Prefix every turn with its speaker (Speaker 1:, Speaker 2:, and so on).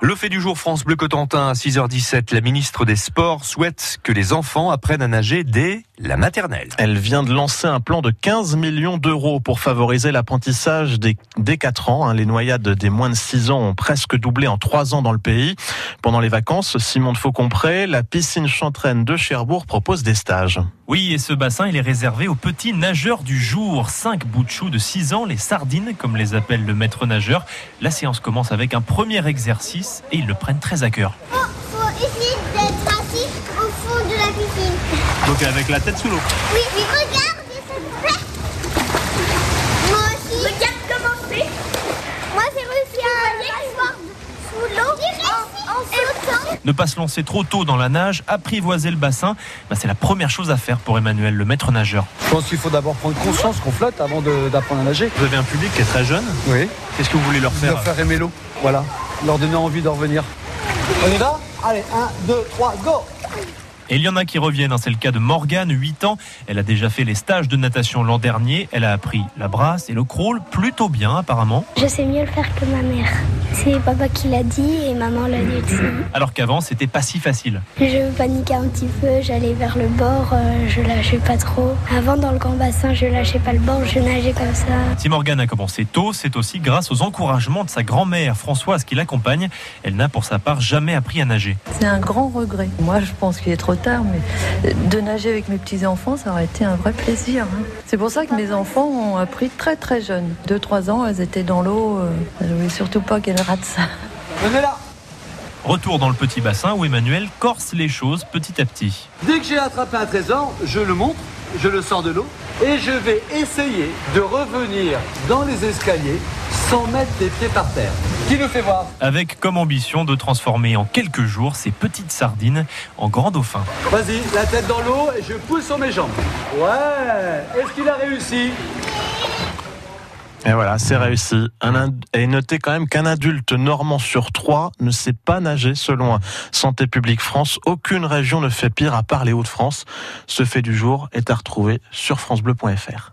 Speaker 1: Le fait du jour France Bleu Cotentin à 6h17, la ministre des Sports souhaite que les enfants apprennent à nager dès la maternelle.
Speaker 2: Elle vient de lancer un plan de 15 millions d'euros pour favoriser l'apprentissage des, dès 4 ans. hein. Les noyades des moins de 6 ans ont presque doublé en 3 ans dans le pays. Pendant les vacances, Simon de Faucompré, la piscine chantraine de Cherbourg propose des stages.
Speaker 3: Oui, et ce bassin, il est réservé aux petits nageurs du jour. Cinq bouts de choux de 6 ans, les sardines, comme les appelle le maître nageur. La séance commence avec un premier exercice et ils le prennent très à cœur.
Speaker 4: faut essayer d'être assis au fond de la piscine.
Speaker 3: Donc avec la tête sous l'eau.
Speaker 4: Oui, mais regarde, s'il te plaît. Moi aussi. Regarde comment c'est. Moi, j'ai réussi à m'asseoir sous l'eau en, en sautant.
Speaker 3: Ne pas se lancer trop tôt dans la nage, apprivoiser le bassin, bah, c'est la première chose à faire pour Emmanuel, le maître nageur.
Speaker 5: Je pense qu'il faut d'abord prendre conscience qu'on flotte avant de- d'apprendre à nager.
Speaker 3: Vous avez un public qui est très jeune.
Speaker 5: Oui.
Speaker 3: Qu'est-ce que vous voulez leur
Speaker 5: Leur
Speaker 3: faire
Speaker 5: faire aimer l'eau. Voilà. Leur donner envie d'en revenir. On y va Allez, 1, 2, 3, go
Speaker 3: Et il y en a qui reviennent, hein. c'est le cas de Morgane, 8 ans. Elle a déjà fait les stages de natation l'an dernier. Elle a appris la brasse et le crawl plutôt bien apparemment.
Speaker 6: Je sais mieux le faire que ma mère. C'est papa qui l'a dit et maman l'a dit aussi.
Speaker 3: Alors qu'avant, c'était pas si facile.
Speaker 6: Je paniquais un petit peu, j'allais vers le bord, euh, je lâchais pas trop. Avant, dans le grand bassin, je lâchais pas le bord, je nageais comme ça.
Speaker 3: Si Morgane a commencé tôt, c'est aussi grâce aux encouragements de sa grand-mère Françoise qui l'accompagne. Elle n'a pour sa part jamais appris à nager.
Speaker 7: C'est un grand regret. Moi, je pense qu'il est trop tard, mais de nager avec mes petits-enfants, ça aurait été un vrai plaisir. hein. C'est pour ça que mes enfants ont appris très très jeunes. 2-3 ans, elles étaient dans l'eau. euh, Je voulais surtout pas qu'elles ratent ça.
Speaker 5: Venez là
Speaker 3: Retour dans le petit bassin où Emmanuel corse les choses petit à petit.
Speaker 5: Dès que j'ai attrapé un trésor, je le montre, je le sors de l'eau et je vais essayer de revenir dans les escaliers sans mettre les pieds par terre. Qui nous fait voir
Speaker 3: Avec comme ambition de transformer en quelques jours ces petites sardines en grands dauphins.
Speaker 5: Vas-y, la tête dans l'eau et je pousse sur mes jambes. Ouais Est-ce qu'il a réussi
Speaker 2: Et voilà, c'est réussi. Un ind- et notez quand même qu'un adulte normand sur trois ne sait pas nager selon Santé publique France. Aucune région ne fait pire à part les Hauts-de-France. Ce fait du jour est à retrouver sur francebleu.fr.